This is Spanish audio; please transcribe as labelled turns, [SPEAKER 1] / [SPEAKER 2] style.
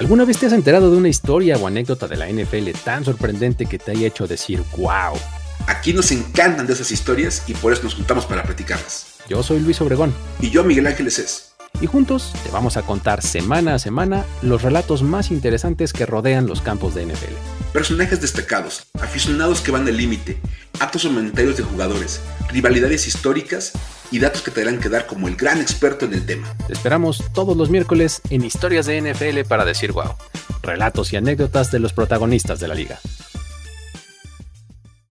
[SPEAKER 1] ¿Alguna vez te has enterado de una historia o anécdota de la NFL tan sorprendente que te haya hecho decir wow?
[SPEAKER 2] Aquí nos encantan de esas historias y por eso nos juntamos para platicarlas.
[SPEAKER 1] Yo soy Luis Obregón.
[SPEAKER 2] Y yo Miguel Ángeles es.
[SPEAKER 1] Y juntos te vamos a contar semana a semana los relatos más interesantes que rodean los campos de NFL.
[SPEAKER 2] Personajes destacados, aficionados que van del límite, actos humanitarios de jugadores, rivalidades históricas y datos que te harán quedar como el gran experto en el tema.
[SPEAKER 1] Te esperamos todos los miércoles en Historias de NFL para decir wow. Relatos y anécdotas de los protagonistas de la liga.